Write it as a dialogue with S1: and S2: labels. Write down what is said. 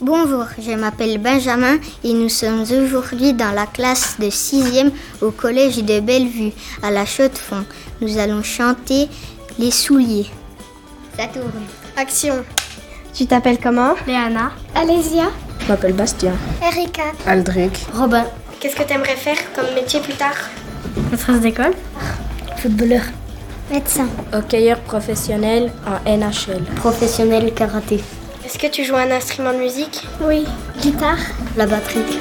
S1: Bonjour, je m'appelle Benjamin et nous sommes aujourd'hui dans la classe de 6e au collège de Bellevue, à la Chaux-de-Fonds. Nous allons chanter Les souliers. Ça tourne.
S2: Action.
S3: Tu t'appelles comment
S4: Léana.
S5: Alésia.
S6: Je m'appelle Bastien.
S5: Erika.
S7: Aldric.
S8: Robin.
S2: Qu'est-ce que t'aimerais faire comme métier plus tard
S4: Maîtresse d'école.
S8: Footballeur.
S5: Médecin.
S9: Hockeyeur professionnel en NHL.
S8: Professionnel karaté.
S2: Est-ce que tu joues un instrument de musique
S5: Oui. Guitare.
S8: La batterie.